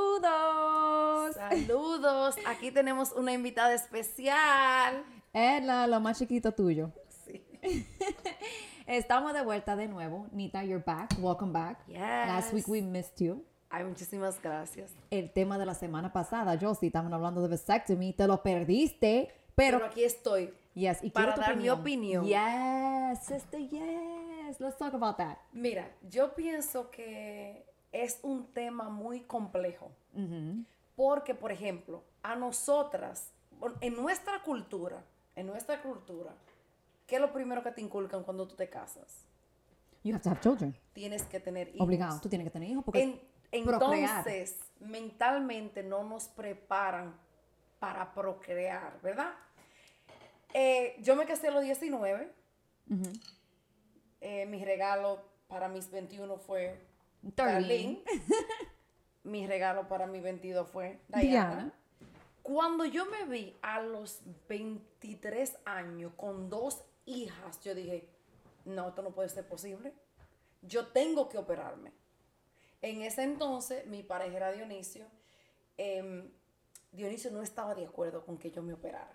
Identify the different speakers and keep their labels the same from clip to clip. Speaker 1: ¡Saludos!
Speaker 2: Saludos. Aquí tenemos una invitada especial.
Speaker 1: Es la, lo más chiquito tuyo.
Speaker 2: Sí.
Speaker 1: Estamos de vuelta de nuevo. Nita, you're back. Welcome back.
Speaker 2: Yes.
Speaker 1: Last week we missed you.
Speaker 2: Ay, muchísimas gracias.
Speaker 1: El tema de la semana pasada, yo sí, estaban hablando de vasectomy, te lo perdiste, pero...
Speaker 2: Pero aquí estoy.
Speaker 1: yes, y quiero
Speaker 2: para
Speaker 1: tu
Speaker 2: dar mi opinión.
Speaker 1: Yes, sister, yes. Let's talk about that.
Speaker 2: Mira, yo pienso que es un tema muy complejo.
Speaker 1: Mm-hmm.
Speaker 2: Porque, por ejemplo, a nosotras, bueno, en nuestra cultura, en nuestra cultura, ¿qué es lo primero que te inculcan cuando tú te casas?
Speaker 1: You have to have children.
Speaker 2: Tienes que tener hijos.
Speaker 1: Obligado, tú tienes que tener hijos porque...
Speaker 2: En-
Speaker 1: procrear.
Speaker 2: entonces, mentalmente no nos preparan para procrear, ¿verdad? Eh, yo me casé a los 19.
Speaker 1: Mm-hmm.
Speaker 2: Eh, mi regalo para mis 21 fue
Speaker 1: Darlene.
Speaker 2: Darlene. mi regalo para mis 22 fue Diana.
Speaker 1: Diana.
Speaker 2: Cuando yo me vi a los 23 años con dos hijas, yo dije, no, esto no puede ser posible. Yo tengo que operarme. En ese entonces, mi pareja era Dionisio. em, Dionisio no estaba de acuerdo con que yo me operara.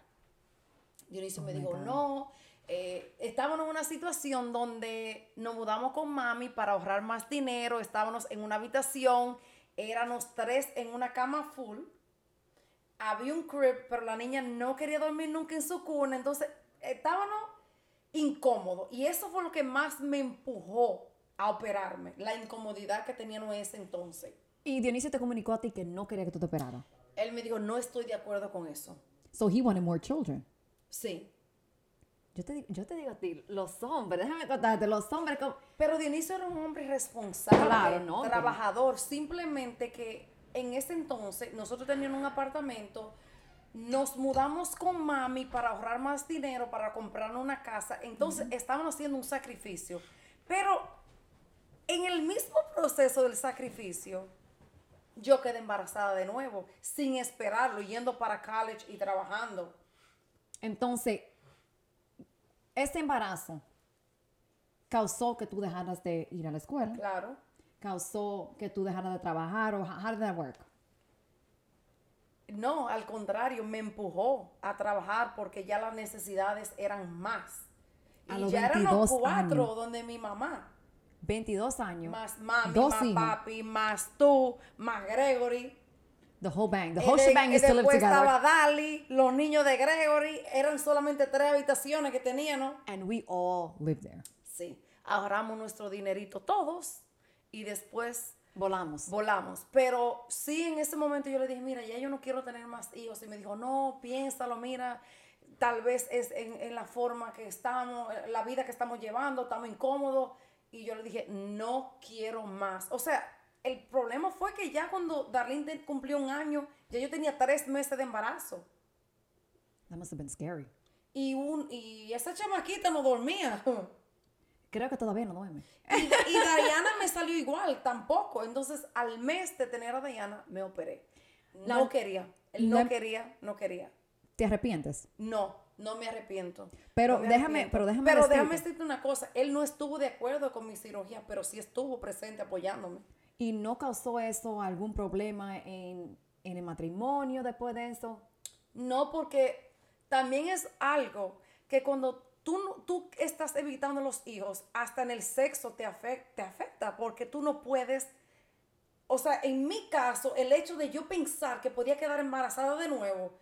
Speaker 2: Dionisio me dijo, no, eh, estábamos en una situación donde nos mudamos con mami para ahorrar más dinero, estábamos en una habitación, éramos tres en una cama full, había un crib, pero la niña no quería dormir nunca en su cuna, entonces estábamos incómodos y eso fue lo que más me empujó a operarme, la incomodidad que tenía en ese entonces.
Speaker 1: Y Dionisio te comunicó a ti que no quería que tú te operaras.
Speaker 2: Él me dijo, no estoy de acuerdo con eso.
Speaker 1: So he wanted more children.
Speaker 2: Sí.
Speaker 1: Yo te, di- yo te digo a ti, los hombres, déjame contarte, los hombres como...
Speaker 2: Pero Dionisio era un hombre responsable,
Speaker 1: Claro, no, pero-
Speaker 2: trabajador, simplemente que en ese entonces nosotros teníamos un apartamento, nos mudamos con mami para ahorrar más dinero, para comprar una casa, entonces estábamos haciendo un sacrificio. Pero en el mismo proceso del sacrificio, yo quedé embarazada de nuevo, sin esperarlo, yendo para college y trabajando.
Speaker 1: Entonces, ese embarazo causó que tú dejaras de ir a la escuela,
Speaker 2: Claro.
Speaker 1: causó que tú dejaras de trabajar o how how did that work?
Speaker 2: No, al contrario, me empujó a trabajar porque ya las necesidades eran más.
Speaker 1: A
Speaker 2: y
Speaker 1: los
Speaker 2: ya eran los
Speaker 1: 22
Speaker 2: cuatro
Speaker 1: años.
Speaker 2: donde mi mamá,
Speaker 1: 22 años.
Speaker 2: más mami,
Speaker 1: Dos
Speaker 2: más
Speaker 1: hijos.
Speaker 2: papi, más tú, más Gregory.
Speaker 1: The whole bang. The
Speaker 2: y
Speaker 1: whole
Speaker 2: de-
Speaker 1: shebang
Speaker 2: y
Speaker 1: is to live
Speaker 2: después
Speaker 1: together.
Speaker 2: estaba Dali, los niños de Gregory, eran solamente tres habitaciones que tenían, ¿no?
Speaker 1: And we all live there.
Speaker 2: Sí, ahorramos nuestro dinerito todos y después
Speaker 1: Volamos.
Speaker 2: volamos. Pero sí, en ese momento yo le dije, mira, ya yo no quiero tener más hijos. Y me dijo, no, piénsalo, mira, tal vez es en, en la forma que estamos, eh, la vida que estamos llevando, estamos incómodos. Y yo le dije, no quiero más. O sea, el problema fue que ya cuando Darlene te- cumplió un año, ya yo tenía tres meses de embarazo.
Speaker 1: That must have been scary.
Speaker 2: Y, un, y esa chamaquita no dormía.
Speaker 1: Creo que todavía no duerme.
Speaker 2: Y, y Diana me salió igual, tampoco. Entonces, al mes de tener a Diana, me operé. No
Speaker 1: La-
Speaker 2: quería, no
Speaker 1: la-
Speaker 2: quería, no quería.
Speaker 1: ¿Te arrepientes?
Speaker 2: No, no me arrepiento.
Speaker 1: Pero
Speaker 2: No me
Speaker 1: déjame- pero déjame
Speaker 2: Pero
Speaker 1: decirte.
Speaker 2: déjame decirte una cosa. Él no estuvo de acuerdo con mi cirugía, pero sí estuvo presente apoyándome.
Speaker 1: ¿Y no causó eso algún problema en, en el matrimonio después de eso?
Speaker 2: No, porque también es algo que cuando tú, no- tú estás evitando los hijos, hasta en el sexo te, afec- te afecta, porque tú no puedes... O sea, en mi caso, el hecho de yo pensar que podía quedar embarazada de nuevo,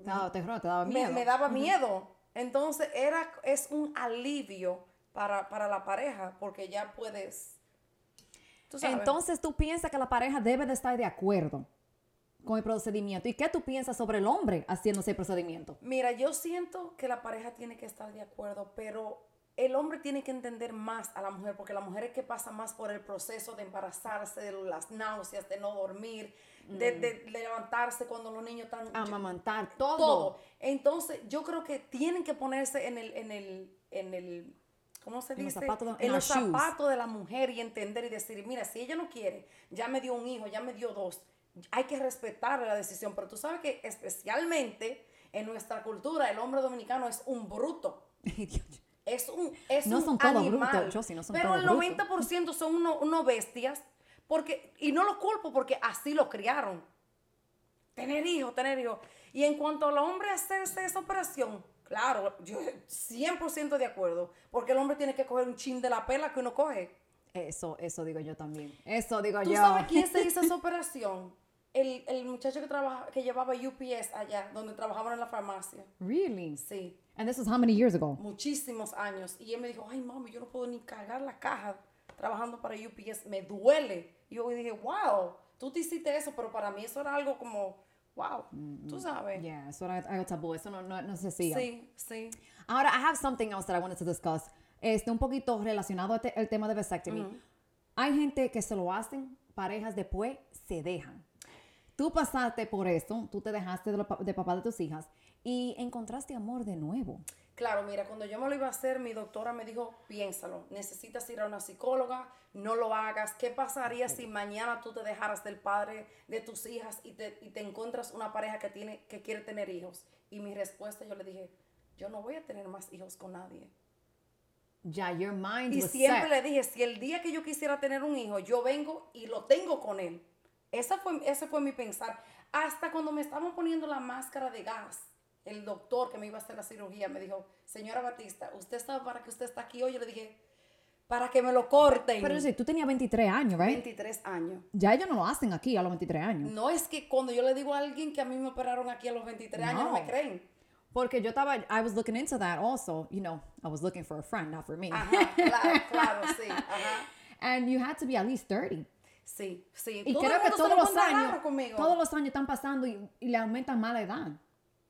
Speaker 1: No, te, te daba
Speaker 2: me,
Speaker 1: miedo.
Speaker 2: me daba miedo. Entonces, era, es un alivio para, para la pareja, porque ya puedes... tú sabes.
Speaker 1: Entonces tú piensas que la pareja debe de estar de acuerdo con el procedimiento. ¿Y qué tú piensas sobre el hombre haciéndose el procedimiento?
Speaker 2: Mira, yo siento que la pareja tiene que estar de acuerdo, pero el hombre tiene que entender más a la mujer, porque la mujer es que pasa más por el proceso de embarazarse, de las náuseas, de no dormir, de, de- de levantarse cuando los niños están...
Speaker 1: Amamantar todo.
Speaker 2: todo. Entonces, yo creo que tienen que ponerse en el... En el, en el ¿Cómo se
Speaker 1: En los
Speaker 2: dice?
Speaker 1: zapatos de-
Speaker 2: en
Speaker 1: en
Speaker 2: los
Speaker 1: los shoes.
Speaker 2: zapatos de la mujer y entender y decir, mira, si ella no quiere, ya me dio un hijo, ya me dio dos, hay que respetar la decisión. Pero tú sabes que especialmente en nuestra cultura, el hombre dominicano es un bruto.
Speaker 1: Ay, Dios.
Speaker 2: Es un, es
Speaker 1: No
Speaker 2: un
Speaker 1: son todos
Speaker 2: animal.
Speaker 1: brutos, yo sí, no son
Speaker 2: Pero
Speaker 1: todos
Speaker 2: el
Speaker 1: brutos.
Speaker 2: 90% son unos uno bestias. Porque, y no lo culpo porque así lo criaron. Tener hijos, tener hijos. Y en cuanto al hombre hacerse esa operación, claro, yo 100% de acuerdo. Porque el hombre tiene que coger un chin de la pela que uno coge.
Speaker 1: Eso, eso digo yo también. Eso digo
Speaker 2: ¿Tú
Speaker 1: yo.
Speaker 2: sabes quién se hizo esa operación? El, el muchacho que, trabaja, que llevaba UPS allá, donde trabajaban en la farmacia.
Speaker 1: Really?
Speaker 2: Sí.
Speaker 1: And this was how many years ago?
Speaker 2: muchísimos años. Y él me dijo, ay, mami, yo no puedo ni cargar la caja trabajando para UPS, me duele. Y yo dije, wow, tú te hiciste eso, pero para mí eso era algo como, wow, tú sabes.
Speaker 1: Yeah, eso era algo tabú. Eso no, no, no se hacía.
Speaker 2: Sí, sí.
Speaker 1: Ahora, I have something else that I wanted to discuss. Este, un poquito relacionado al te- el tema de vasectomy. Hay gente que se lo hacen, parejas después se dejan. Tú pasaste por eso, tú te dejaste de, lo pa- de papá de tus hijas y encontraste amor de nuevo.
Speaker 2: Claro, mira, cuando yo me lo iba a hacer, mi doctora me dijo, piénsalo, necesitas ir a una psicóloga, no lo hagas. ¿Qué pasaría si mañana tú te dejaras del padre de tus hijas y te, y te encuentras una pareja que, tiene, que quiere tener hijos? Y mi respuesta, yo le dije, yo no voy a tener más hijos con nadie.
Speaker 1: Ya, your mind
Speaker 2: Y
Speaker 1: was
Speaker 2: siempre
Speaker 1: set.
Speaker 2: le dije, si el día que yo quisiera tener un hijo, yo vengo y lo tengo con él. Esa fue, ese fue mi pensar. Hasta cuando me estaban poniendo la máscara de gas, el doctor que me iba a hacer la cirugía me dijo, señora Batista, ¿usted sabe para qué usted está aquí hoy? Yo le dije, para que me lo corten.
Speaker 1: Pero sí, tú tenías 23 años, ¿right?
Speaker 2: 23 años.
Speaker 1: Ya ellos no lo hacen aquí a los 23 años.
Speaker 2: No es que cuando yo le digo a alguien que a mí me operaron aquí a los 23 años, no
Speaker 1: No.
Speaker 2: me creen.
Speaker 1: Porque yo estaba, I was looking into that also. You know, I was looking for a friend, not for me.
Speaker 2: Ajá, claro, claro, sí, ajá.
Speaker 1: And you had to be at least 30.
Speaker 2: Sí, sí.
Speaker 1: Y
Speaker 2: Todo el
Speaker 1: creo que
Speaker 2: mundo se
Speaker 1: todos
Speaker 2: lo
Speaker 1: los
Speaker 2: encuentra
Speaker 1: años,
Speaker 2: raro conmigo.
Speaker 1: todos los años están pasando y, y le aumentan más la edad.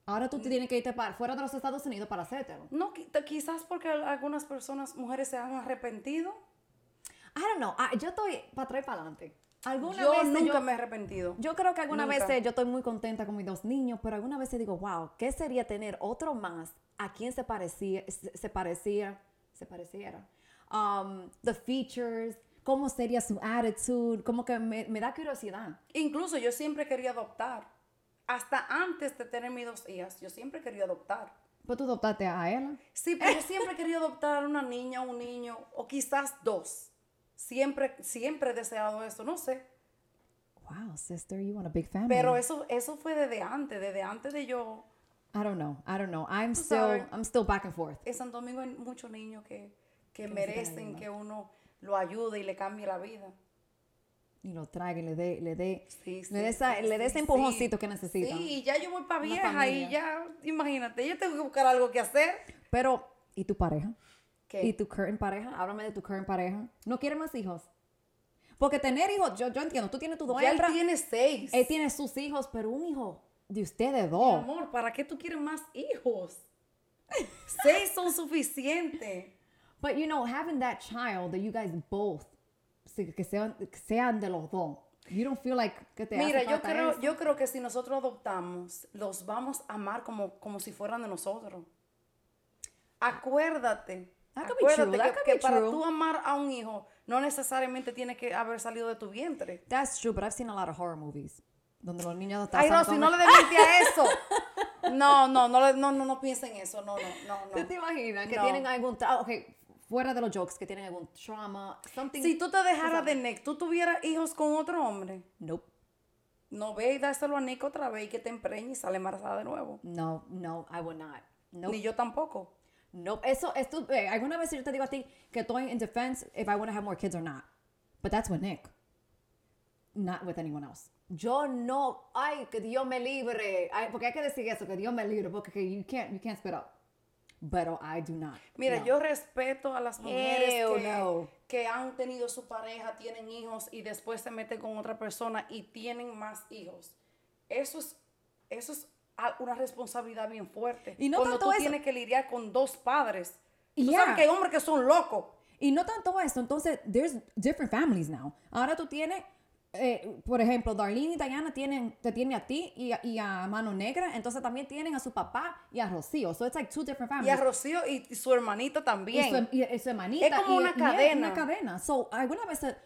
Speaker 1: Ahora tú te tienes que irte para, fuera de los Estados Unidos para hacértelo.
Speaker 2: No, qui- ta- quizás porque al- algunas personas, mujeres, se han arrepentido.
Speaker 1: I don't know. ah, yo estoy para atrás y para adelante. Alguna
Speaker 2: yo
Speaker 1: vez
Speaker 2: nunca
Speaker 1: yo,
Speaker 2: me he arrepentido.
Speaker 1: yo creo que alguna
Speaker 2: Nunca.
Speaker 1: vez yo estoy muy contenta con mis dos niños, pero alguna vez digo, wow, ¿qué sería tener otro más a quien se parecía, se, se parecía, se pareciera? Um, the features, cómo sería su attitude, como que me, me da curiosidad.
Speaker 2: Incluso yo siempre quería adoptar. Hasta antes de tener mis dos hijas, yo siempre quería adoptar.
Speaker 1: Pues tú adoptaste a él.
Speaker 2: Sí, pero yo siempre quería adoptar una niña, un niño, o quizás dos. Siempre, siempre he deseado eso, no sé.
Speaker 1: Wow, sister, you want a big family.
Speaker 2: Pero eso, eso fue desde antes, desde antes de yo.
Speaker 1: I don't know. I don't know. I'm
Speaker 2: Tú
Speaker 1: still
Speaker 2: sabes.
Speaker 1: I'm still back and forth.
Speaker 2: En Santo Domingo hay muchos niños que, que
Speaker 1: necesitan
Speaker 2: merecen
Speaker 1: ayuda.
Speaker 2: que uno lo ayude y le cambie la vida.
Speaker 1: Y lo trague, le dé, le dé,
Speaker 2: Sí, sí,
Speaker 1: le dé esa-
Speaker 2: sí,
Speaker 1: le dé
Speaker 2: sí,
Speaker 1: ese empujoncito
Speaker 2: sí.
Speaker 1: que necesita.
Speaker 2: Sí, y ya yo voy para vieja y
Speaker 1: familia.
Speaker 2: ya, imagínate, yo tengo que buscar algo que hacer.
Speaker 1: Pero, ¿y tu pareja?
Speaker 2: ¿Qué?
Speaker 1: ¿Y tu current pareja? Háblame de tu current pareja. ¿No quiere más hijos? Porque tener hijos, yo, yo entiendo, tú tienes tu dos
Speaker 2: ya él
Speaker 1: hembras,
Speaker 2: tiene seis.
Speaker 1: él tiene sus hijos, pero un hijo de ustedes
Speaker 2: Mi
Speaker 1: dos.
Speaker 2: amor, ¿para qué tú quieres más hijos? seis son suficientes.
Speaker 1: But you know, having that child that you guys both si- que sean, que sean de los dos. You don't feel like que te hace
Speaker 2: Mira, yo
Speaker 1: falta
Speaker 2: creo,
Speaker 1: eso.
Speaker 2: yo creo que si nosotros adoptamos, los vamos a amar como, como si fueran de nosotros. Acuérdate.
Speaker 1: That could be true,
Speaker 2: Acuérdate
Speaker 1: that
Speaker 2: que-
Speaker 1: could
Speaker 2: que,
Speaker 1: be
Speaker 2: para
Speaker 1: true.
Speaker 2: tú amar a un hijo no necesariamente tiene que haber salido de tu vientre.
Speaker 1: That's true, but I've seen a lot of horror movies donde los niños
Speaker 2: Ay,
Speaker 1: adoptan-
Speaker 2: Rosy, no le desmiente a eso. No, no, no, le- no, no, no piensen eso. No, no, no,
Speaker 1: ¿Tú te
Speaker 2: no.
Speaker 1: imaginas que
Speaker 2: No.
Speaker 1: tienen algún tra- ok, fuera de los jokes, que tienen algún trauma, something?
Speaker 2: Si tú te dejaras de Nick, tú tuvieras hijos con otro hombre.
Speaker 1: Nope.
Speaker 2: No ve y dáselo a Nick otra vez y que te empreñe y sale embarazada de nuevo.
Speaker 1: No, no, I will not. Nope.
Speaker 2: Ni yo tampoco.
Speaker 1: Nope. Eso es tu- eh, alguna vez yo te digo a ti que estoy en defense if I want to have more kids or not. But that's with Nick. Not with anyone else. Yo no, ay, que Dios me libre. Ay, porque hay que decir eso, que Dios me libre, porque que you can't, you can't spit up. Pero I do not.
Speaker 2: Mira,
Speaker 1: No.
Speaker 2: yo respeto a las mujeres
Speaker 1: Ew,
Speaker 2: que,
Speaker 1: no.
Speaker 2: que han tenido su pareja, tienen hijos y después se meten con otra persona y tienen más hijos. Eso es, eso es a- una responsabilidad bien fuerte.
Speaker 1: Y no
Speaker 2: Cuando
Speaker 1: tanto
Speaker 2: tú
Speaker 1: eso-
Speaker 2: tienes que lidiar con dos padres. Tú
Speaker 1: Yeah.
Speaker 2: sabes que hay hombres que son locos.
Speaker 1: Y no tanto eso, entonces, there's different families now. Ahora tú tienes, eh, por ejemplo, Darlene y Diana tienen, te tienen a ti y a, y a Mano Negra, entonces también tienen a su papá y a Rocío. So it's like two different
Speaker 2: Y a
Speaker 1: families.
Speaker 2: Rocío y, y su hermanita
Speaker 1: Y
Speaker 2: también.
Speaker 1: su, y- y su hermanita.
Speaker 2: Es como
Speaker 1: y-
Speaker 2: una
Speaker 1: y es
Speaker 2: cadena.
Speaker 1: una cadena. So alguna vez, eh,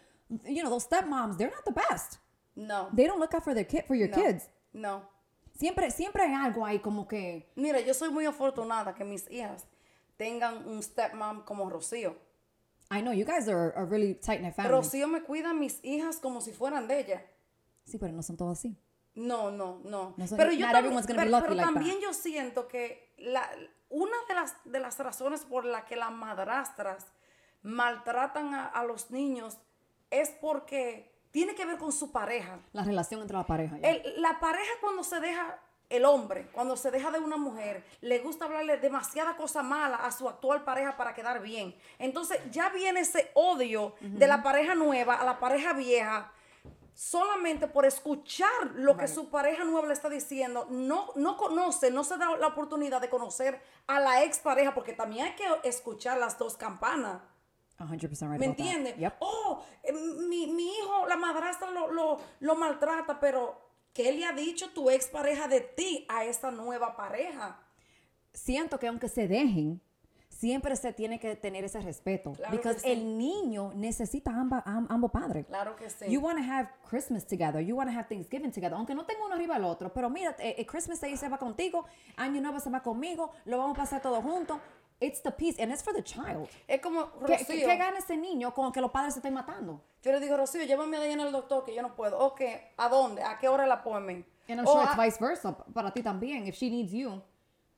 Speaker 1: you know, those stepmoms, they're not the best.
Speaker 2: no.
Speaker 1: They don't look out for their kid, for your
Speaker 2: no,
Speaker 1: kids.
Speaker 2: No.
Speaker 1: Siempre, siempre hay algo ahí como que,
Speaker 2: Mira, yo soy muy afortunada que mis hijas tengan un stepmom como Rocío.
Speaker 1: I know you guys are a really tight knit family.
Speaker 2: Rocío me cuida a mis hijas como si fueran de ella.
Speaker 1: sí, pero no son todos así.
Speaker 2: No, no, no.
Speaker 1: No son-
Speaker 2: pero yo
Speaker 1: not
Speaker 2: también,
Speaker 1: everyone's gonna be
Speaker 2: pero,
Speaker 1: lucky
Speaker 2: pero
Speaker 1: like that.
Speaker 2: también yo siento que la, una de las, de las razones por la que las madrastras maltratan a, a los niños es porque tiene que ver con su pareja.
Speaker 1: La relación entre la pareja. ya.
Speaker 2: El- la pareja cuando se deja, el hombre, cuando se deja de una mujer, le gusta hablarle demasiada cosa mala a su actual pareja para quedar bien. Entonces ya viene ese odio de la pareja nueva a la pareja vieja solamente por escuchar lo que
Speaker 1: Right.
Speaker 2: su pareja nueva le está diciendo, no, no conoce, no se da la oportunidad de conocer a la ex pareja, porque también hay que escuchar las dos campanas.
Speaker 1: 100% right
Speaker 2: ¿Me
Speaker 1: about that.
Speaker 2: entiendes?
Speaker 1: Yep.
Speaker 2: Oh, eh, mi, mi hijo, la madrastra lo, lo, lo maltrata, pero ¿qué le ha dicho tu expareja de ti a esta nueva pareja?
Speaker 1: siento que aunque se dejen, siempre se tiene que tener ese respeto.
Speaker 2: Claro que
Speaker 1: because
Speaker 2: sí.
Speaker 1: el niño necesita amba- am- ambos padres.
Speaker 2: Claro que sí.
Speaker 1: You want to have Christmas together. You want to have Thanksgiving together. Aunque no tenga uno arriba del otro. Pero mira, eh, eh, Christmas Day se va contigo. Año Nuevo se va conmigo. Lo vamos a pasar todos juntos. It's the peace. And it's for the child.
Speaker 2: es como,
Speaker 1: ¿Qué,
Speaker 2: Rocío,
Speaker 1: qué- qué gana ese niño con que los padres se estén matando?
Speaker 2: yo le digo, Rocío, llévame a Diana al doctor que yo no puedo. Ok, ¿a dónde? ¿A qué hora la ponen?
Speaker 1: And I'm
Speaker 2: Oh,
Speaker 1: sure it's
Speaker 2: ah,
Speaker 1: vice versa para ti también. If she needs you,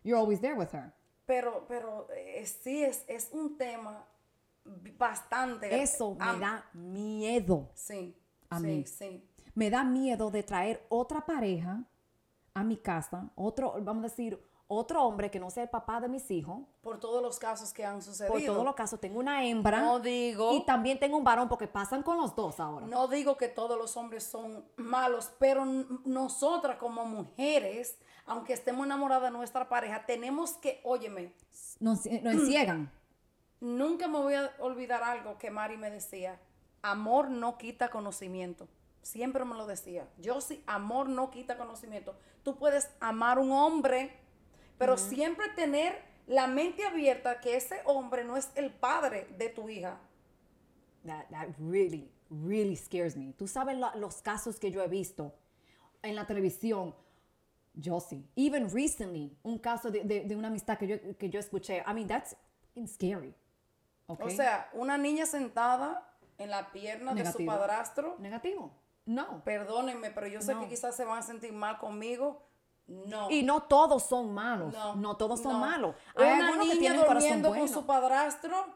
Speaker 1: you're always there with her.
Speaker 2: Pero, pero eh, sí, es, es un tema bastante...
Speaker 1: Eso me
Speaker 2: am-
Speaker 1: da miedo.
Speaker 2: Sí,
Speaker 1: a
Speaker 2: sí,
Speaker 1: mí.
Speaker 2: sí.
Speaker 1: me da miedo de traer otra pareja a mi casa, otro, vamos a decir, otro hombre que no sea el papá de mis hijos.
Speaker 2: Por todos los casos que han sucedido.
Speaker 1: Por todos los casos, tengo una hembra.
Speaker 2: No digo.
Speaker 1: Y también tengo un varón, porque pasan con los dos ahora.
Speaker 2: No digo que todos los hombres son malos, pero n- nosotras como mujeres, aunque estemos enamoradas de nuestra pareja, tenemos que, óyeme,
Speaker 1: Nos, eh, nos enciegan.
Speaker 2: nunca me voy a olvidar algo que Mari me decía, amor no quita conocimiento. Siempre me lo decía. Yo sí, amor no quita conocimiento. Tú puedes amar un hombre, pero siempre tener la mente abierta que ese hombre no es el padre de tu hija.
Speaker 1: That, that really, really scares me. Tú sabes la- los casos que yo he visto en la televisión. Yo sí. Even recently, un caso de, de- de una amistad que yo, que yo escuché. I mean, that's scary.
Speaker 2: O
Speaker 1: Okay?
Speaker 2: sea, una niña sentada en la pierna de su
Speaker 1: Negativo.
Speaker 2: padrastro.
Speaker 1: negativo. No.
Speaker 2: perdónenme, pero yo sé
Speaker 1: No.
Speaker 2: que quizás se van a sentir mal conmigo. No.
Speaker 1: Y no todos son malos. No,
Speaker 2: no,
Speaker 1: todos son
Speaker 2: no.
Speaker 1: malos. Hay
Speaker 2: Una
Speaker 1: algunos
Speaker 2: niña
Speaker 1: que tienen corazón
Speaker 2: durmiendo
Speaker 1: bueno.
Speaker 2: con su padrastro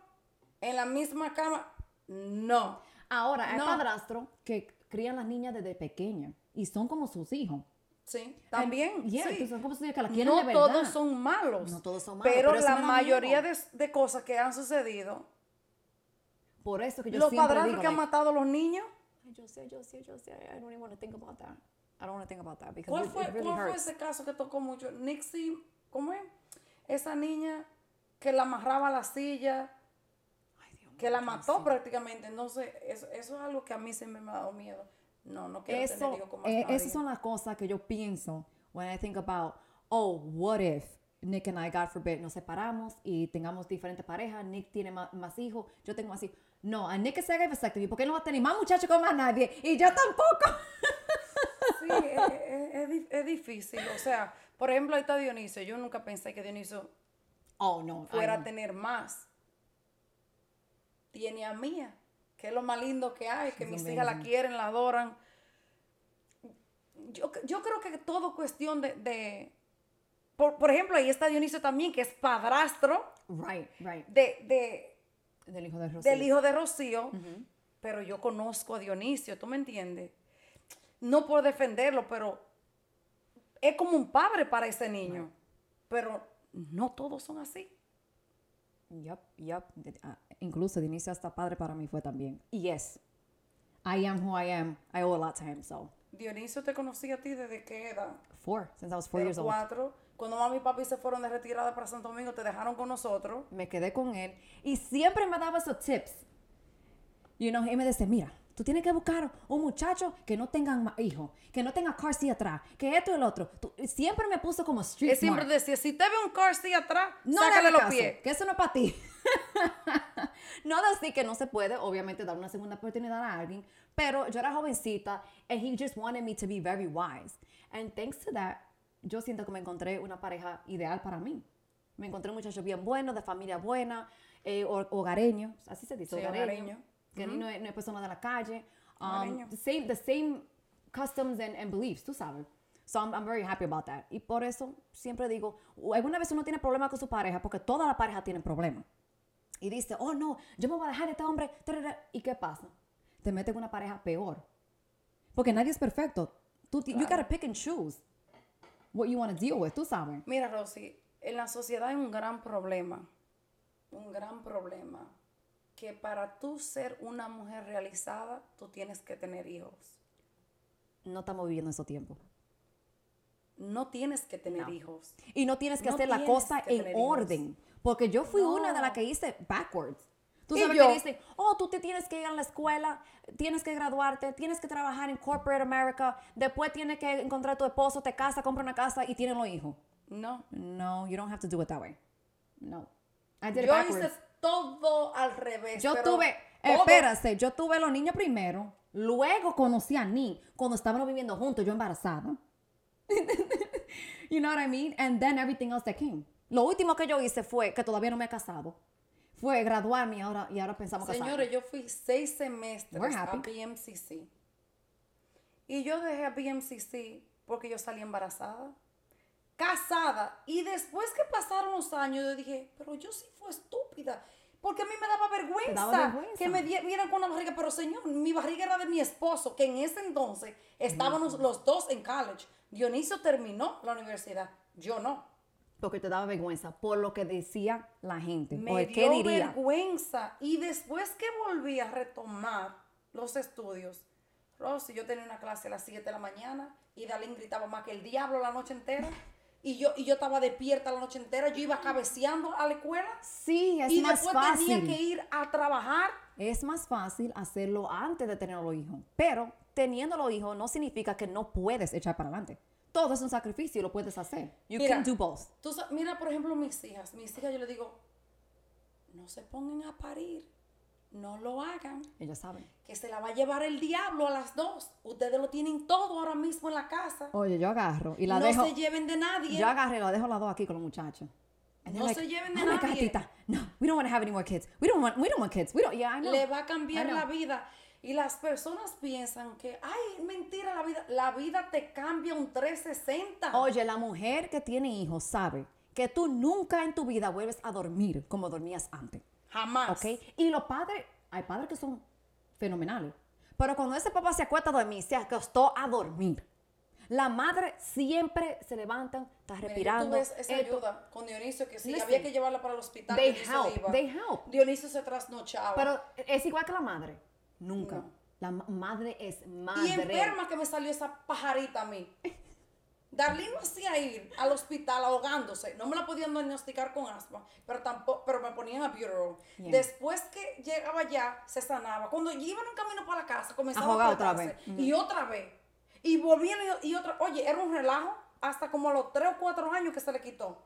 Speaker 2: en la misma cama. No.
Speaker 1: Ahora, hay
Speaker 2: No.
Speaker 1: padrastros que crían las niñas desde pequeñas y son como sus hijos.
Speaker 2: Sí, también.
Speaker 1: And- yeah,
Speaker 2: sí.
Speaker 1: que son como sus hijos que la quieren
Speaker 2: No
Speaker 1: de verdad.
Speaker 2: todos son malos.
Speaker 1: No todos son malos,
Speaker 2: Pero,
Speaker 1: pero eso
Speaker 2: la
Speaker 1: me da
Speaker 2: mayoría
Speaker 1: miedo.
Speaker 2: de, de cosas que han sucedido,
Speaker 1: Por eso que yo
Speaker 2: los
Speaker 1: siempre
Speaker 2: padrastros
Speaker 1: digo,
Speaker 2: que han
Speaker 1: like,
Speaker 2: matado a los niños.
Speaker 1: "Ay, yo sé, yo sé, yo sé. I don't even want to think about that. I don't want to think about that because
Speaker 2: ¿Cuál
Speaker 1: it-
Speaker 2: fue,
Speaker 1: it really
Speaker 2: cuál fue
Speaker 1: hurts.
Speaker 2: ese caso que tocó mucho? Nixie, ¿cómo es? Esa niña que la amarraba a la silla.
Speaker 1: Ay, Dios mío.
Speaker 2: que la mató prácticamente. Entonces, eso, eso es algo que a mí siempre me ha dado miedo. No, no quiero tener
Speaker 1: Eso,
Speaker 2: hijos con más
Speaker 1: eh,
Speaker 2: nadie.
Speaker 1: esas son las cosas que yo pienso when I think about, oh, what if Nick and I, God forbid, nos separamos y tengamos diferentes parejas, Nick tiene ma- más, hijos, yo tengo más hijos. No, a Nick que se haga el vasectomía, porque él no va a tener más muchachos con más nadie y yo tampoco.
Speaker 2: Sí, es, es- es di- es difícil. O sea, por ejemplo, ahí está Dionisio. Yo nunca pensé que Dionisio
Speaker 1: Oh, no. ay,
Speaker 2: fuera a
Speaker 1: no.
Speaker 2: tener más. Tiene a Mía, que es lo más lindo que hay, que
Speaker 1: She's
Speaker 2: mis hijas la
Speaker 1: amazing.
Speaker 2: quieren, la adoran. Yo, yo creo que todo cuestión de... de- por, por ejemplo, ahí está Dionisio también, que es padrastro
Speaker 1: Right, right.
Speaker 2: de- de,
Speaker 1: Del hijo de Rocío.
Speaker 2: del hijo de Rocío, pero yo conozco a Dionisio, ¿tú me entiendes? No por defenderlo, pero es como un padre para ese niño. Pero no todos son así.
Speaker 1: Yup, yup. De- ah, incluso de inicio hasta padre para mí fue también. Y yes, I am who I am. I owe a lot to him, so.
Speaker 2: Dionisio te conocí a ti desde qué edad?
Speaker 1: Four, since I was four
Speaker 2: Pero
Speaker 1: years old.
Speaker 2: cuatro. Cuando mamá y papi se fueron de retirada para Santo Domingo, te dejaron con nosotros.
Speaker 1: me quedé con él y siempre me daba esos tips. You know, y me decía, mira, tú tienes que buscar un muchacho que no tenga ma- hijo, que no tenga car seat atrás, que esto y el otro. Tú- y siempre me puso como street
Speaker 2: Él siempre
Speaker 1: smart.
Speaker 2: decía, si te ve un car seat atrás,
Speaker 1: no le
Speaker 2: sácale
Speaker 1: hagas
Speaker 2: los
Speaker 1: caso,
Speaker 2: pies.
Speaker 1: que eso no es para ti. no decir que no se puede, obviamente dar una segunda oportunidad a alguien, pero yo era jovencita and he just wanted me to be very wise. And thanks to that, yo siento que me encontré una pareja ideal para mí. Me encontré un muchacho bien bueno, de familia buena, eh, hor- hogareño, así se dice,
Speaker 2: Sí,
Speaker 1: hogareño,
Speaker 2: hogareño.
Speaker 1: que no, es, no es persona de la calle. Um,
Speaker 2: Hogareño.
Speaker 1: the, same, the same customs and, and beliefs, tú sabes. So I'm, I'm very happy about that. Y por eso siempre digo, u- alguna vez uno tiene problemas con su pareja porque toda la pareja tiene problemas. Y dice, oh no, yo me voy a dejar de este hombre. tarara. ¿Y qué pasa? Te metes con una pareja peor. Porque nadie es perfecto. Tú, ti- You gotta pick and choose what you want to deal with, tú sabes.
Speaker 2: Mira, Rosy, en la sociedad hay un gran problema, un gran problema, que para tú ser una mujer realizada, tú tienes que tener hijos.
Speaker 1: No estamos viviendo esos tiempos.
Speaker 2: No tienes que tener hijos.
Speaker 1: Y no tienes que
Speaker 2: No
Speaker 1: hacer la
Speaker 2: tienes
Speaker 1: cosa
Speaker 2: que
Speaker 1: en
Speaker 2: tener hijos.
Speaker 1: orden. Porque yo fui una de las
Speaker 2: No.
Speaker 1: que hice backwards. Tú
Speaker 2: Y
Speaker 1: sabes
Speaker 2: yo.
Speaker 1: que dicen, oh, tú te tienes que ir a la escuela, tienes que graduarte, tienes que trabajar en corporate America, después tienes que encontrar tu esposo, te casa, compra una casa y tienen los hijos.
Speaker 2: No.
Speaker 1: No, you don't have to do it that way. No. I did it
Speaker 2: Yo
Speaker 1: backwards.
Speaker 2: hice todo al revés.
Speaker 1: Yo
Speaker 2: pero
Speaker 1: tuve,
Speaker 2: todo.
Speaker 1: espérate, yo tuve los niños primero, luego conocí a Nick cuando estábamos viviendo juntos, yo embarazada. you know what I mean? And then everything else that came. Lo último que yo hice fue, que todavía no me he casado, fue graduarme y ahora, y ahora pensamos
Speaker 2: Señores, yo fui seis semestres
Speaker 1: We're
Speaker 2: a
Speaker 1: happy.
Speaker 2: BMCC. Y yo dejé a BMCC porque yo salí embarazada, casada. Y después que pasaron los años, yo dije, pero yo sí fue estúpida. Porque a mí me daba vergüenza,
Speaker 1: vergüenza.
Speaker 2: que me die- vieran con una barriga. Pero señor, mi barriga era de mi esposo, que en ese entonces estábamos los dos en college. Dionisio terminó la universidad, yo no.
Speaker 1: Porque te daba vergüenza por lo que decía la gente. o
Speaker 2: Me
Speaker 1: el
Speaker 2: dio
Speaker 1: qué diría.
Speaker 2: vergüenza. Y después que volví a retomar los estudios, Rosy, yo tenía una clase a las 7 de la mañana y Dalín gritaba más que el diablo la noche entera. Y yo, y yo estaba despierta la noche entera, yo iba cabeceando a la escuela.
Speaker 1: Sí, es
Speaker 2: y
Speaker 1: más
Speaker 2: después
Speaker 1: fácil.
Speaker 2: tenía que ir a trabajar.
Speaker 1: Es más fácil hacerlo antes de tener los hijos, pero teniendo los hijos no significa que no puedes echar para adelante. Todo es un sacrificio y lo puedes hacer. You
Speaker 2: Mira.
Speaker 1: can do both.
Speaker 2: Tú sa- mira, por ejemplo, mis hijas. Mis hijas yo les digo, no se pongan a parir, no lo hagan.
Speaker 1: Ellos saben.
Speaker 2: Que se la va a llevar el diablo a las dos. Ustedes lo tienen todo ahora mismo en la casa.
Speaker 1: Oye, yo agarro y la
Speaker 2: no
Speaker 1: dejo.
Speaker 2: se lleven de nadie.
Speaker 1: Yo agarro y la dejo las dos aquí con los muchachos. And they're
Speaker 2: No se lleven de
Speaker 1: oh my God,
Speaker 2: nadie."
Speaker 1: tita, no, we don't want to have any more kids. We don't want, we don't want kids. We don't, yeah, I know.
Speaker 2: Le va a
Speaker 1: I
Speaker 2: cambiar
Speaker 1: know.
Speaker 2: la vida. Y las personas piensan que, ay, mentira la vida. La vida te cambia un 360.
Speaker 1: Oye, la mujer que tiene hijos sabe que tú nunca en tu vida vuelves a dormir como dormías antes.
Speaker 2: Jamás.
Speaker 1: ¿ok? Y los padres, hay padres que son fenomenales. Pero cuando ese papá se acuesta a dormir, se acostó a dormir. La madre siempre se levantan, está
Speaker 2: Mira,
Speaker 1: respirando. Eh,
Speaker 2: Tú ves esa
Speaker 1: esto.
Speaker 2: ayuda con Dionisio, que si
Speaker 1: Listen,
Speaker 2: había que llevarla para el hospital,
Speaker 1: they
Speaker 2: Dionisio
Speaker 1: help,
Speaker 2: iba.
Speaker 1: they help.
Speaker 2: Dionisio se trasnochaba.
Speaker 1: Pero es igual que la madre. Nunca.
Speaker 2: No.
Speaker 1: La ma- madre es madre.
Speaker 2: y enferma que me salió esa pajarita a mí. Darlene me hacía ir al hospital ahogándose. No me la podían diagnosticar con asma, pero tampoco, pero me ponían a Bureau.
Speaker 1: Yeah.
Speaker 2: Después que llegaba allá, se sanaba. Cuando yo iba en un camino para la casa, comenzaba
Speaker 1: Ahogada
Speaker 2: a
Speaker 1: otra
Speaker 2: apretarse. Y otra vez. Y volvían y, y otra. Oye, era un relajo hasta como a los 3 o 4 años que se le quitó.
Speaker 1: Pero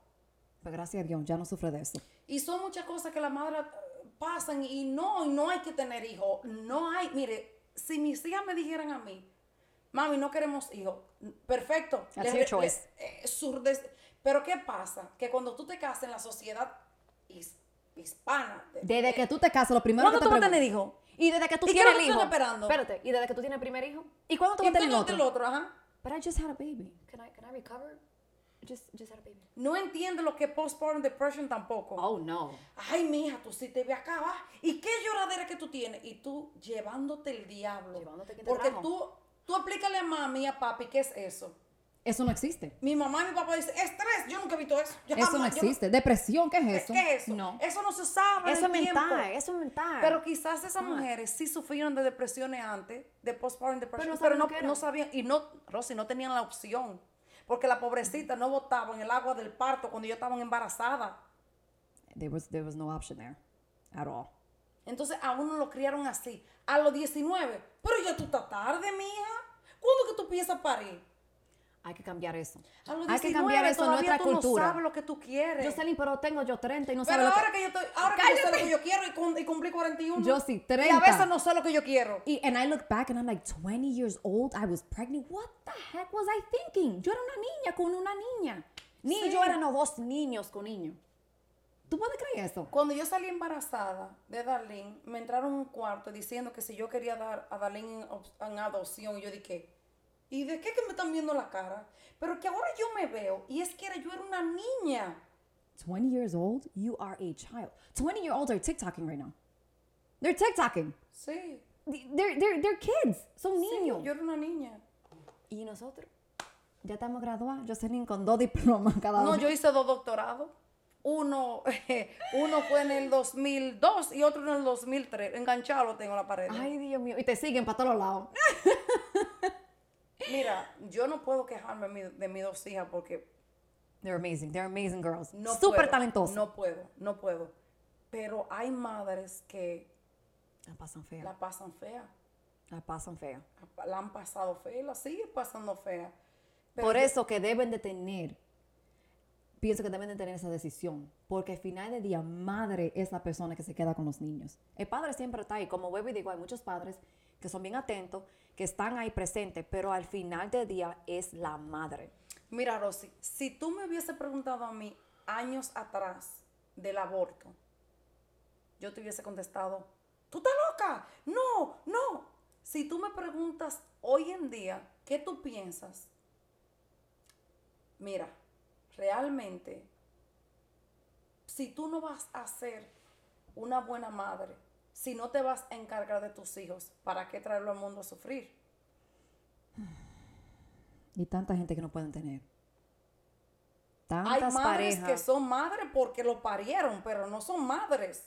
Speaker 1: Pues gracias a Dios, ya no sufre de eso.
Speaker 2: Y son muchas cosas que las madres eh, pasan y no, y no hay que tener hijos. No hay, mire, si mis hijas me dijeran a mí, mami, no queremos hijos, perfecto.
Speaker 1: That's
Speaker 2: Les-
Speaker 1: your
Speaker 2: les-
Speaker 1: choice.
Speaker 2: eh, sur- des- pero ¿qué pasa? Que cuando tú te casas en la sociedad his- hispana, de-
Speaker 1: Desde que tú te casas, lo primero que
Speaker 2: ¿Cuándo
Speaker 1: te
Speaker 2: tú vas a
Speaker 1: pregun-
Speaker 2: tener hijo?
Speaker 1: Y desde que tú
Speaker 2: ¿Y qué
Speaker 1: tienes
Speaker 2: es lo
Speaker 1: el
Speaker 2: que
Speaker 1: hijo.
Speaker 2: están esperando?
Speaker 1: Espérate, y desde que tú tienes el primer hijo. ¿Y cuándo tú
Speaker 2: ¿y
Speaker 1: vas a tener el
Speaker 2: cuándo te
Speaker 1: otro?
Speaker 2: el otro? Ajá.
Speaker 1: But I just had a baby. Can I, can I recover? Just, just had a baby.
Speaker 2: No entiende lo que postpartum depression tampoco.
Speaker 1: Oh, no.
Speaker 2: Ay, mija, tú sí te ve acá, va. ¿Y qué lloradera que tú tienes? Y tú llevándote el diablo.
Speaker 1: Llevándote quien te
Speaker 2: Porque
Speaker 1: trajo.
Speaker 2: tú, tú explícale a mami y a papi qué es eso.
Speaker 1: Eso no existe.
Speaker 2: Mi mamá y mi papá dicen, estrés, yo nunca he visto eso. Yo
Speaker 1: Eso no
Speaker 2: jamás, yo no-
Speaker 1: existe. Depresión, ¿qué es eso?
Speaker 2: ¿Qué es eso?
Speaker 1: No.
Speaker 2: Eso no se sabe.
Speaker 1: Eso es mental, eh.
Speaker 2: mental.
Speaker 1: eso es mental.
Speaker 2: Pero quizás esas
Speaker 1: No.
Speaker 2: mujeres sí sufrieron de depresiones antes, de postpartum depression,
Speaker 1: no
Speaker 2: pero
Speaker 1: saben
Speaker 2: no,
Speaker 1: lo que era.
Speaker 2: no sabían, y no, Rosy, no tenían la opción. Porque la pobrecita no botaban el agua del parto cuando yo estaba embarazada.
Speaker 1: There was, there was no option there at all.
Speaker 2: Entonces a uno lo criaron así. A los 19. Pero ya tú estás tarde, mija. ¿Cuándo que tú piensas parir?
Speaker 1: Hay que cambiar eso.
Speaker 2: A los
Speaker 1: Hay que cambiar eso en
Speaker 2: todavía
Speaker 1: nuestra
Speaker 2: tú no
Speaker 1: cultura.
Speaker 2: sabes lo que tú quieres.
Speaker 1: Jocelyn, pero tengo yo 30 y no
Speaker 2: pero
Speaker 1: sabes
Speaker 2: ahora
Speaker 1: lo
Speaker 2: que yo estoy, ahora que yo sé lo que yo quiero y, cum- y cumplí 41.
Speaker 1: Yo sí,
Speaker 2: Y a
Speaker 1: 30.
Speaker 2: veces no sé lo que yo quiero.
Speaker 1: Y, and I look back and I'm like, 20 years old, I was pregnant. What the heck was I thinking? Yo era una niña con una niña. Ni
Speaker 2: Sí.
Speaker 1: yo éramos dos niños con niños. ¿Tú puedes creer eso?
Speaker 2: Cuando yo salí embarazada de Darlene, me entraron a un cuarto diciendo que si yo quería dar a Darlene en, op- en adopción, y yo dije, ¿y de qué que me están viendo la cara? Pero que ahora yo me veo, y es que era, yo era una niña.
Speaker 1: 20 years old, you are a child. 20 year olds are TikToking right now. They're TikToking.
Speaker 2: Sí,
Speaker 1: They're, they're, they're kids. Son
Speaker 2: sí,
Speaker 1: niños.
Speaker 2: yo era una niña.
Speaker 1: Y nosotros ya estamos graduados. Jocelyn con dos diplomas cada uno.
Speaker 2: No, yo hice dos doctorados. Uno, uno fue en el 2002 y otro en el 2003. Enganchado lo tengo en la pared.
Speaker 1: Ay, Dios mío. Y te siguen para todos lados.
Speaker 2: Mira, yo no puedo quejarme de, mi- de mis dos hijas porque
Speaker 1: They're amazing. They're amazing girls.
Speaker 2: no
Speaker 1: Súper
Speaker 2: puedo,
Speaker 1: talentosas.
Speaker 2: No puedo, no puedo. Pero hay madres que
Speaker 1: La pasan fea. La,
Speaker 2: la pasan fea.
Speaker 1: pasan fea.
Speaker 2: La han pasado fea y la siguen pasando fea. Pero
Speaker 1: Por
Speaker 2: yo-
Speaker 1: eso que deben de tener, pienso que deben de tener esa decisión, porque al final del día madre es la persona que se queda con los niños. El padre siempre está ahí, como vuelvo y digo, hay muchos padres que son bien atentos, que están ahí presentes, pero al final del día es la madre.
Speaker 2: Mira, Rosy, si tú me hubiese preguntado a mí años atrás del aborto, yo te hubiese contestado, tú estás loca, no, no. Si tú me preguntas hoy en día, ¿qué tú piensas? Mira, realmente, si tú no vas a ser una buena madre, si no te vas a encargar de tus hijos, ¿para qué traerlo al mundo a sufrir?
Speaker 1: Y tanta gente que no pueden tener.
Speaker 2: Hay
Speaker 1: Tantas
Speaker 2: madres
Speaker 1: parejas.
Speaker 2: que son madres porque lo parieron, pero no son madres.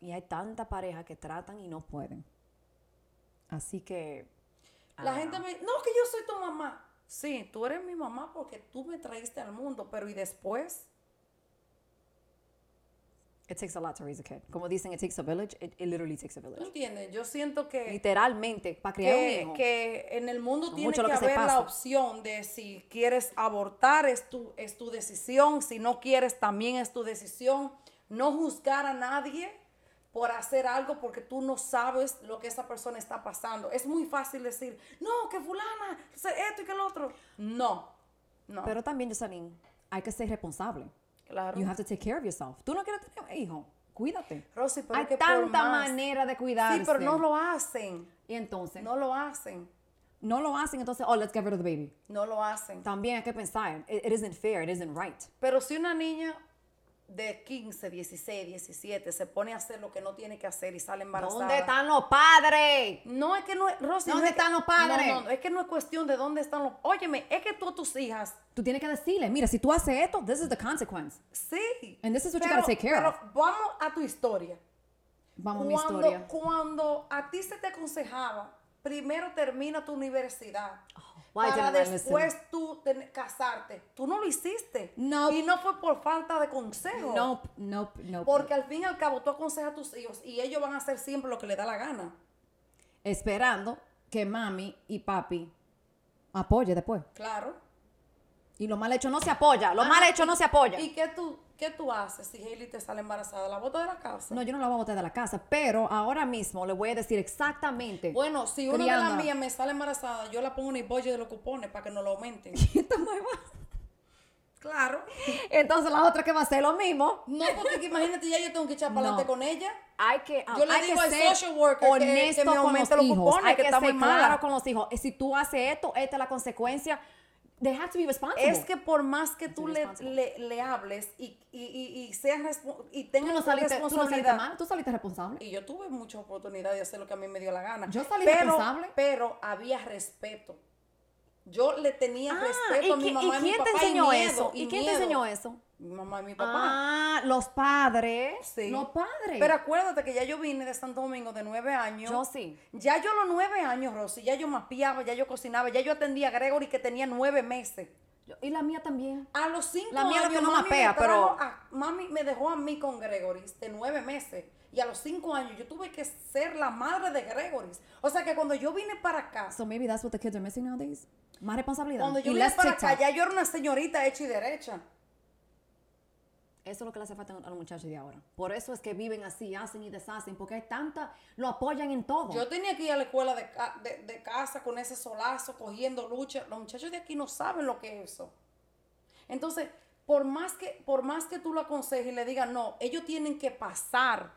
Speaker 1: Y hay tanta pareja que tratan y no pueden. Así que...
Speaker 2: La
Speaker 1: ah,
Speaker 2: gente me dice, no, que yo soy tu mamá. Sí, tú eres mi mamá porque tú me traíste al mundo, pero ¿y después?
Speaker 1: It takes a lot to raise a kid. Como dicen, it takes a village. It, it literally takes a
Speaker 2: ¿Tú
Speaker 1: village.
Speaker 2: entiendes? Yo siento que,
Speaker 1: Literalmente, para criar un
Speaker 2: que,
Speaker 1: hijo.
Speaker 2: que en el mundo tiene que,
Speaker 1: mucho lo que se
Speaker 2: haber la
Speaker 1: pasa.
Speaker 2: opción de si quieres abortar, es tu, es tu decisión. Si no quieres, también es tu decisión. No juzgar a nadie por hacer algo porque tú no sabes lo que esa persona está pasando. Es muy fácil decir, no, que fulana, se- esto y que el otro. No, no.
Speaker 1: Pero también, Jocelyn, hay que ser responsable.
Speaker 2: claro.
Speaker 1: You have to take care of yourself. Tú no quieres tener hijo, cuídate.
Speaker 2: Rosy, pero
Speaker 1: hay
Speaker 2: es que por
Speaker 1: tanta
Speaker 2: más-
Speaker 1: manera de cuidarse.
Speaker 2: Sí, pero no lo hacen.
Speaker 1: Y entonces, no,
Speaker 2: No lo hacen.
Speaker 1: lo hacen, entonces, oh, let's get rid of the baby.
Speaker 2: No lo hacen.
Speaker 1: También hay que pensar, it, it isn't fair, it isn't right.
Speaker 2: Pero si una niña de 15, 16, 17 se pone a hacer lo que no tiene que hacer y sale embarazada.
Speaker 1: ¿Dónde están los padres?
Speaker 2: No, es que no es. Rosy,
Speaker 1: ¿Dónde
Speaker 2: no es
Speaker 1: están
Speaker 2: que-
Speaker 1: los padres?
Speaker 2: No, no, no, es que no es cuestión de dónde están los. Óyeme, es que tú a tus hijas.
Speaker 1: Tú tienes que decirle, mira, si tú haces esto, this is the consequence.
Speaker 2: Sí.
Speaker 1: And this is what you
Speaker 2: pero,
Speaker 1: gotta take care
Speaker 2: pero
Speaker 1: of.
Speaker 2: vamos a tu historia.
Speaker 1: Vamos a mi
Speaker 2: cuando,
Speaker 1: historia.
Speaker 2: cuando a ti se te aconsejaba, primero termina tu universidad.
Speaker 1: Oh, why
Speaker 2: para
Speaker 1: didn't I listen?
Speaker 2: después tú ten- casarte. Tú no lo hiciste.
Speaker 1: No.
Speaker 2: Y no fue por falta de consejo.
Speaker 1: Nope, nope, nope.
Speaker 2: Porque al fin y al cabo tú aconsejas a tus hijos y ellos van a hacer siempre lo que les da la gana.
Speaker 1: Esperando que mami y papi apoye después.
Speaker 2: Claro.
Speaker 1: Y lo mal hecho no se apoya, lo
Speaker 2: Ah,
Speaker 1: mal hecho no se apoya.
Speaker 2: ¿Y qué tú, qué tú haces si Hailey te sale embarazada? ¿La bota de la casa?
Speaker 1: No, yo no la voy a botar de la casa, pero ahora mismo le voy a decir exactamente.
Speaker 2: Bueno, si una de
Speaker 1: Criándola.
Speaker 2: las mías me sale embarazada, yo la pongo en el bollo de los cupones para que no lo aumenten.
Speaker 1: Esta nueva.
Speaker 2: claro.
Speaker 1: Entonces la otra que va a hacer lo mismo.
Speaker 2: No, porque que imagínate, ya yo tengo que echar para adelante
Speaker 1: No.
Speaker 2: con ella.
Speaker 1: Hay que,
Speaker 2: Yo le
Speaker 1: hay
Speaker 2: digo
Speaker 1: que
Speaker 2: al
Speaker 1: ser
Speaker 2: social worker que- que me
Speaker 1: honesto con los
Speaker 2: aumente los
Speaker 1: hijos.
Speaker 2: cupones,
Speaker 1: hay
Speaker 2: que
Speaker 1: que,
Speaker 2: está
Speaker 1: ser
Speaker 2: muy mala.
Speaker 1: claro con los hijos. Si tú haces esto, esta es la consecuencia. They have to be responsible.
Speaker 2: Es que por más que tú le,
Speaker 1: irresponsible.
Speaker 2: le, le hables y, y, y, y seas respo- y tengas
Speaker 1: tú no
Speaker 2: esa
Speaker 1: saliste, tú no saliste
Speaker 2: responsabilidad.
Speaker 1: mal, tú saliste responsable.
Speaker 2: y yo tuve muchas oportunidades de hacer lo que a mí me dio la gana.
Speaker 1: Yo salí
Speaker 2: pero,
Speaker 1: responsable.
Speaker 2: Pero había respeto. Yo le tenía
Speaker 1: Ah,
Speaker 2: respeto a
Speaker 1: ¿y
Speaker 2: mi
Speaker 1: qui-
Speaker 2: mamá y,
Speaker 1: ¿Y
Speaker 2: mi
Speaker 1: quién
Speaker 2: papá.
Speaker 1: te enseñó
Speaker 2: y miedo,
Speaker 1: eso? ¿Y quién te
Speaker 2: miedo.
Speaker 1: enseñó eso?
Speaker 2: Mi mamá y mi papá.
Speaker 1: Ah, los padres.
Speaker 2: Sí.
Speaker 1: Los padres.
Speaker 2: Pero acuérdate que ya yo vine de Santo Domingo de nueve años.
Speaker 1: Yo sí.
Speaker 2: Ya yo a los nueve años, Rosy, ya yo mapeaba, ya yo cocinaba, ya yo atendía a Gregory que tenía nueve meses.
Speaker 1: Yo- y la mía también.
Speaker 2: A los cinco
Speaker 1: La mía lo
Speaker 2: años,
Speaker 1: que no
Speaker 2: mami,
Speaker 1: mapea,
Speaker 2: me trajo
Speaker 1: pero-
Speaker 2: a- mami me dejó a mí con Gregory de nueve meses. Y a los cinco años yo tuve que ser la madre de Gregory. O sea que cuando yo vine para acá,
Speaker 1: So maybe that's what the kids are missing nowadays. Más responsabilidad.
Speaker 2: cuando yo
Speaker 1: y
Speaker 2: vine
Speaker 1: less
Speaker 2: para
Speaker 1: TikTok.
Speaker 2: acá, ya yo era una señorita hecha y derecha.
Speaker 1: Eso es lo que le hace falta a los muchachos de ahora. Por eso es que viven así, hacen y deshacen, porque hay tanta, lo apoyan en todo.
Speaker 2: Yo tenía que ir a la escuela de, ca- de- de casa con ese solazo, cogiendo lucha. Los muchachos de aquí no saben lo que es eso. Entonces, por más que, por más que tú lo aconsejes y le digas, no, ellos tienen que pasar,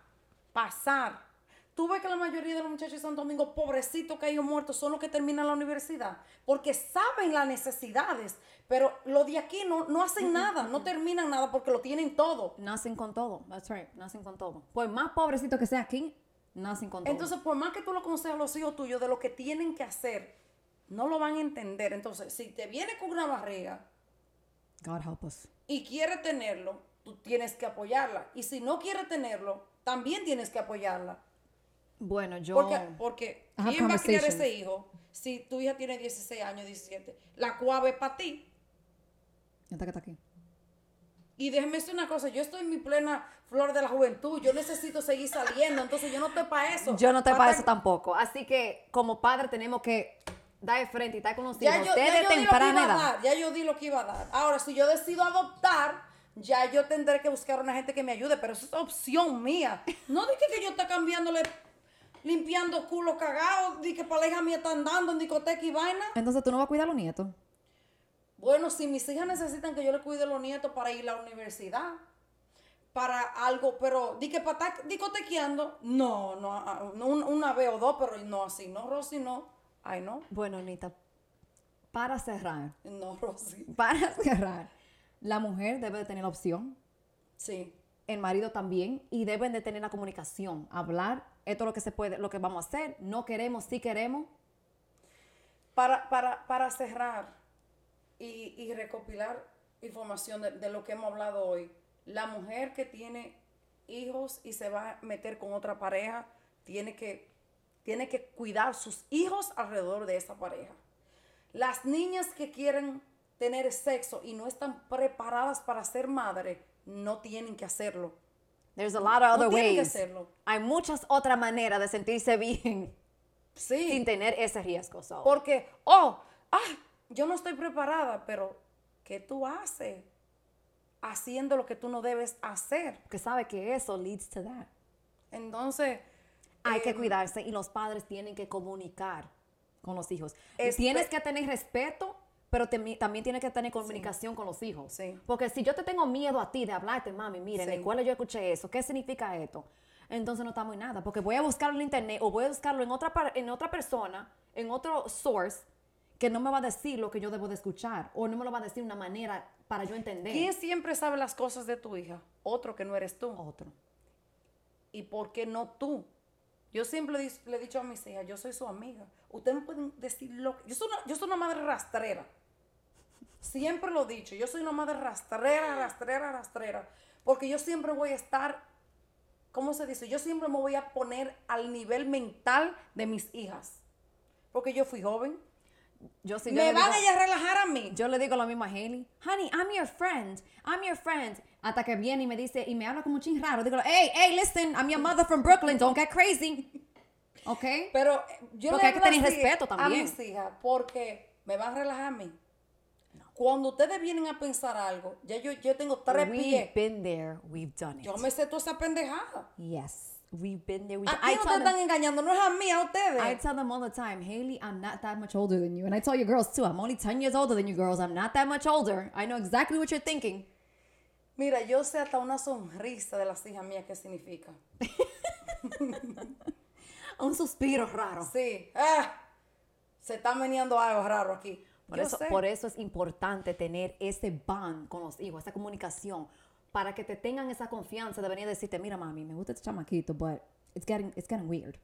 Speaker 2: pasar. Tú ves que la mayoría de los muchachos de San Domingo, pobrecitos que ellos muertos, son los que terminan la universidad, porque saben las necesidades, pero los de aquí no, no hacen nada, no terminan nada porque lo tienen todo.
Speaker 1: Nacen con todo. That's right. Nacen con todo. Pues más pobrecito que sea aquí, nacen con todo.
Speaker 2: Entonces, por más que tú lo aconsejes a los hijos tuyos de lo que tienen que hacer, no lo van a entender. Entonces, si te viene con una barriga,
Speaker 1: God help us.
Speaker 2: y quiere tenerlo, tú tienes que apoyarla. Y si no quiere tenerlo, también tienes que apoyarla.
Speaker 1: Bueno, yo.
Speaker 2: Porque, porque
Speaker 1: I have
Speaker 2: ¿quién va a criar
Speaker 1: conversations.
Speaker 2: ese hijo si tu hija tiene 16 años, 17? La cuave es para ti.
Speaker 1: Está que está aquí.
Speaker 2: Y déjeme decir una cosa, yo estoy en mi plena flor de la juventud, yo necesito seguir saliendo, entonces yo no estoy para eso.
Speaker 1: Yo no te
Speaker 2: Pa'
Speaker 1: para
Speaker 2: estar-
Speaker 1: eso tampoco. Así que, como padre, tenemos que dar de frente y estar con los hijos
Speaker 2: Ya yo, ya
Speaker 1: desde
Speaker 2: yo di lo que
Speaker 1: temprana
Speaker 2: iba a
Speaker 1: edad.
Speaker 2: dar, ya yo di lo que iba a dar. Ahora, si yo decido adoptar, ya yo tendré que buscar una gente que me ayude, pero eso es opción mía. No dije que yo esté cambiándole, limpiando culo cagado, dije que para la hija mía están dando en discoteca y vaina.
Speaker 1: Entonces, tú no vas a cuidar a los nietos.
Speaker 2: Bueno, si mis hijas necesitan que yo le cuide a los nietos para ir a la universidad, para algo, pero di que para estar discotequeando, no, no, ah, no, un- una vez o dos, pero no así, no, Rosy, no. Ay, no,
Speaker 1: Bueno, Anita, para cerrar,
Speaker 2: no, Rosy.
Speaker 1: para cerrar, la mujer debe de tener la opción,
Speaker 2: Sí.
Speaker 1: el marido también, y deben de tener la comunicación, hablar, esto es lo que se puede, lo que vamos a hacer, no queremos, sí queremos.
Speaker 2: Para, para, para cerrar y, y recopilar información de, de lo que hemos hablado hoy, la mujer que tiene hijos y se va a meter con otra pareja, tiene que, tiene que cuidar sus hijos alrededor de esa pareja. Las niñas que quieren tener sexo y no están preparadas para ser madre, no tienen que hacerlo.
Speaker 1: There's a lot of other
Speaker 2: No tienen que
Speaker 1: ways.
Speaker 2: hacerlo.
Speaker 1: Hay muchas otras maneras de sentirse bien
Speaker 2: Sí.
Speaker 1: sin tener ese riesgo. so.
Speaker 2: Porque, oh, ah, yo no estoy preparada, pero ¿qué tú haces haciendo lo que tú no debes hacer?
Speaker 1: porque sabe que eso leads to that.
Speaker 2: Entonces,
Speaker 1: Hay que
Speaker 2: em,
Speaker 1: cuidarse y los padres tienen que comunicar con los hijos.
Speaker 2: Espe-
Speaker 1: Tienes que tener respeto, pero temi- también tienes que tener comunicación con los hijos.
Speaker 2: Sí.
Speaker 1: Porque si yo te tengo miedo a ti de hablarte, mami, mira, en la
Speaker 2: Sí.
Speaker 1: escuela yo escuché eso, ¿qué significa esto? Entonces no estamos en nada, porque voy a buscarlo en internet o voy a buscarlo en otra, par- en otra persona, en otro source, que no me va a decir lo que yo debo de escuchar o no me lo va a decir de una manera para yo entender.
Speaker 2: ¿quién siempre sabe las cosas de tu hija? Otro que no eres tú.
Speaker 1: Otro.
Speaker 2: ¿Y por qué no tú? Yo siempre le, dis- le he dicho a mis hijas, yo soy su amiga. Ustedes me pueden decir lo que... Yo soy, una, yo soy una madre rastrera. Siempre lo he dicho. Yo soy una madre rastrera, rastrera, rastrera. Porque yo siempre voy a estar... ¿Cómo se dice? Yo siempre me voy a poner al nivel mental de mis hijas. Porque yo fui joven.
Speaker 1: Yo sí, yo
Speaker 2: me
Speaker 1: le
Speaker 2: van
Speaker 1: digo-
Speaker 2: a ya relajar a mí.
Speaker 1: Yo le digo lo mismo a Haley. Honey, I'm your friend. I'm your friend. Hasta que viene y me dice, y me habla como un chin raro. Digo, hey, hey, listen, I'm your mother from Brooklyn. Don't get crazy. ¿Ok?
Speaker 2: Pero eh, yo
Speaker 1: Porque
Speaker 2: le
Speaker 1: hay que
Speaker 2: hablo
Speaker 1: tener
Speaker 2: así
Speaker 1: respeto
Speaker 2: A
Speaker 1: también.
Speaker 2: mis hijas, porque me van a relajar a mí. Cuando ustedes vienen a pensar algo, ya yo, yo tengo tres
Speaker 1: We've
Speaker 2: pies.
Speaker 1: been there. We've done it.
Speaker 2: Yo me sé toda esa pendejada.
Speaker 1: Yes. We've been there. We've
Speaker 2: ¿A
Speaker 1: done
Speaker 2: quién
Speaker 1: I
Speaker 2: ustedes
Speaker 1: tell
Speaker 2: están
Speaker 1: them,
Speaker 2: engañando? No es a mí, a ustedes.
Speaker 1: I tell them all the time, Haley, I'm not that much older than you. And I tell you girls too, I'm only 10 years older than you girls. I'm not that much older. I know exactly what you're thinking.
Speaker 2: Mira, yo sé hasta una sonrisa de las hijas mías qué significa.
Speaker 1: Un suspiro raro.
Speaker 2: Sí. Ah, se está meneando algo raro aquí.
Speaker 1: Por
Speaker 2: Yo
Speaker 1: eso,
Speaker 2: sé.
Speaker 1: por eso es importante tener ese bond con los hijos, esa comunicación, para que te tengan esa confianza de venir a decirte, mira mami, me gusta este chamaquito, but it's getting, it's getting weird.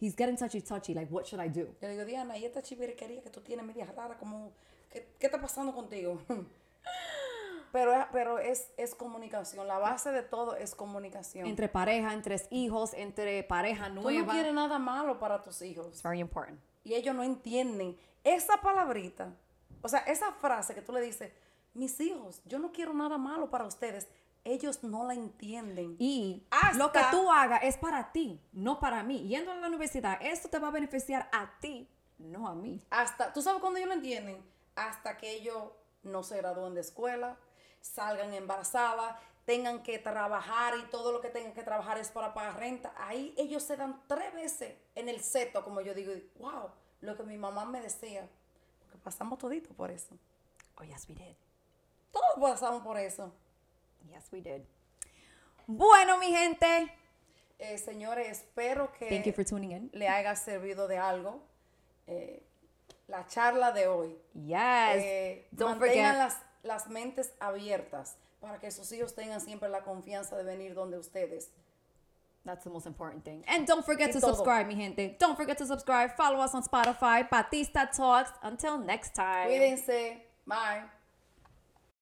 Speaker 1: He's getting touchy touchy, like what should I do?
Speaker 2: Yo le digo, Diana, ¿y esta chivirquería que tú tienes media rara? Como, ¿qué, qué está pasando contigo? pero es- pero es, es comunicación. La base de todo es comunicación.
Speaker 1: Entre pareja, entre hijos, entre pareja
Speaker 2: tú no
Speaker 1: nueva.
Speaker 2: quieres nada malo para tus hijos.
Speaker 1: It's very important.
Speaker 2: Y ellos no entienden esa palabrita. O sea, esa frase que tú le dices, mis hijos, yo no quiero nada malo para ustedes. Ellos no la entienden.
Speaker 1: Y
Speaker 2: Hasta-
Speaker 1: lo que tú hagas es para ti, no para mí. Yendo a la universidad, esto te va a beneficiar a ti, no a mí.
Speaker 2: Hasta, ¿tú sabes cuándo ellos lo entienden? Hasta que ellos no se gradúen de escuela, salgan embarazadas, tengan que trabajar y todo lo que tengan que trabajar es para pagar renta. Ahí ellos se dan tres veces en el seto, como yo digo, y, wow, lo que mi mamá me decía. Porque pasamos todito por eso.
Speaker 1: Oh, yes, we did.
Speaker 2: Todos pasamos por eso.
Speaker 1: Yes, we did. Bueno, mi gente.
Speaker 2: Eh, señores, espero que
Speaker 1: Thank you for tuning in.
Speaker 2: le haya servido de algo eh, la charla de hoy.
Speaker 1: Yes.
Speaker 2: Eh,
Speaker 1: Don't
Speaker 2: mantengan
Speaker 1: forget.
Speaker 2: las, las mentes abiertas para que sus hijos tengan siempre la confianza de venir donde ustedes.
Speaker 1: That's the most important thing. And don't forget
Speaker 2: Y
Speaker 1: to
Speaker 2: todo.
Speaker 1: subscribe, mi gente. Don't forget to subscribe. Follow us on Spotify, Batista Talks. Until next time.
Speaker 2: Cuídense. Bye.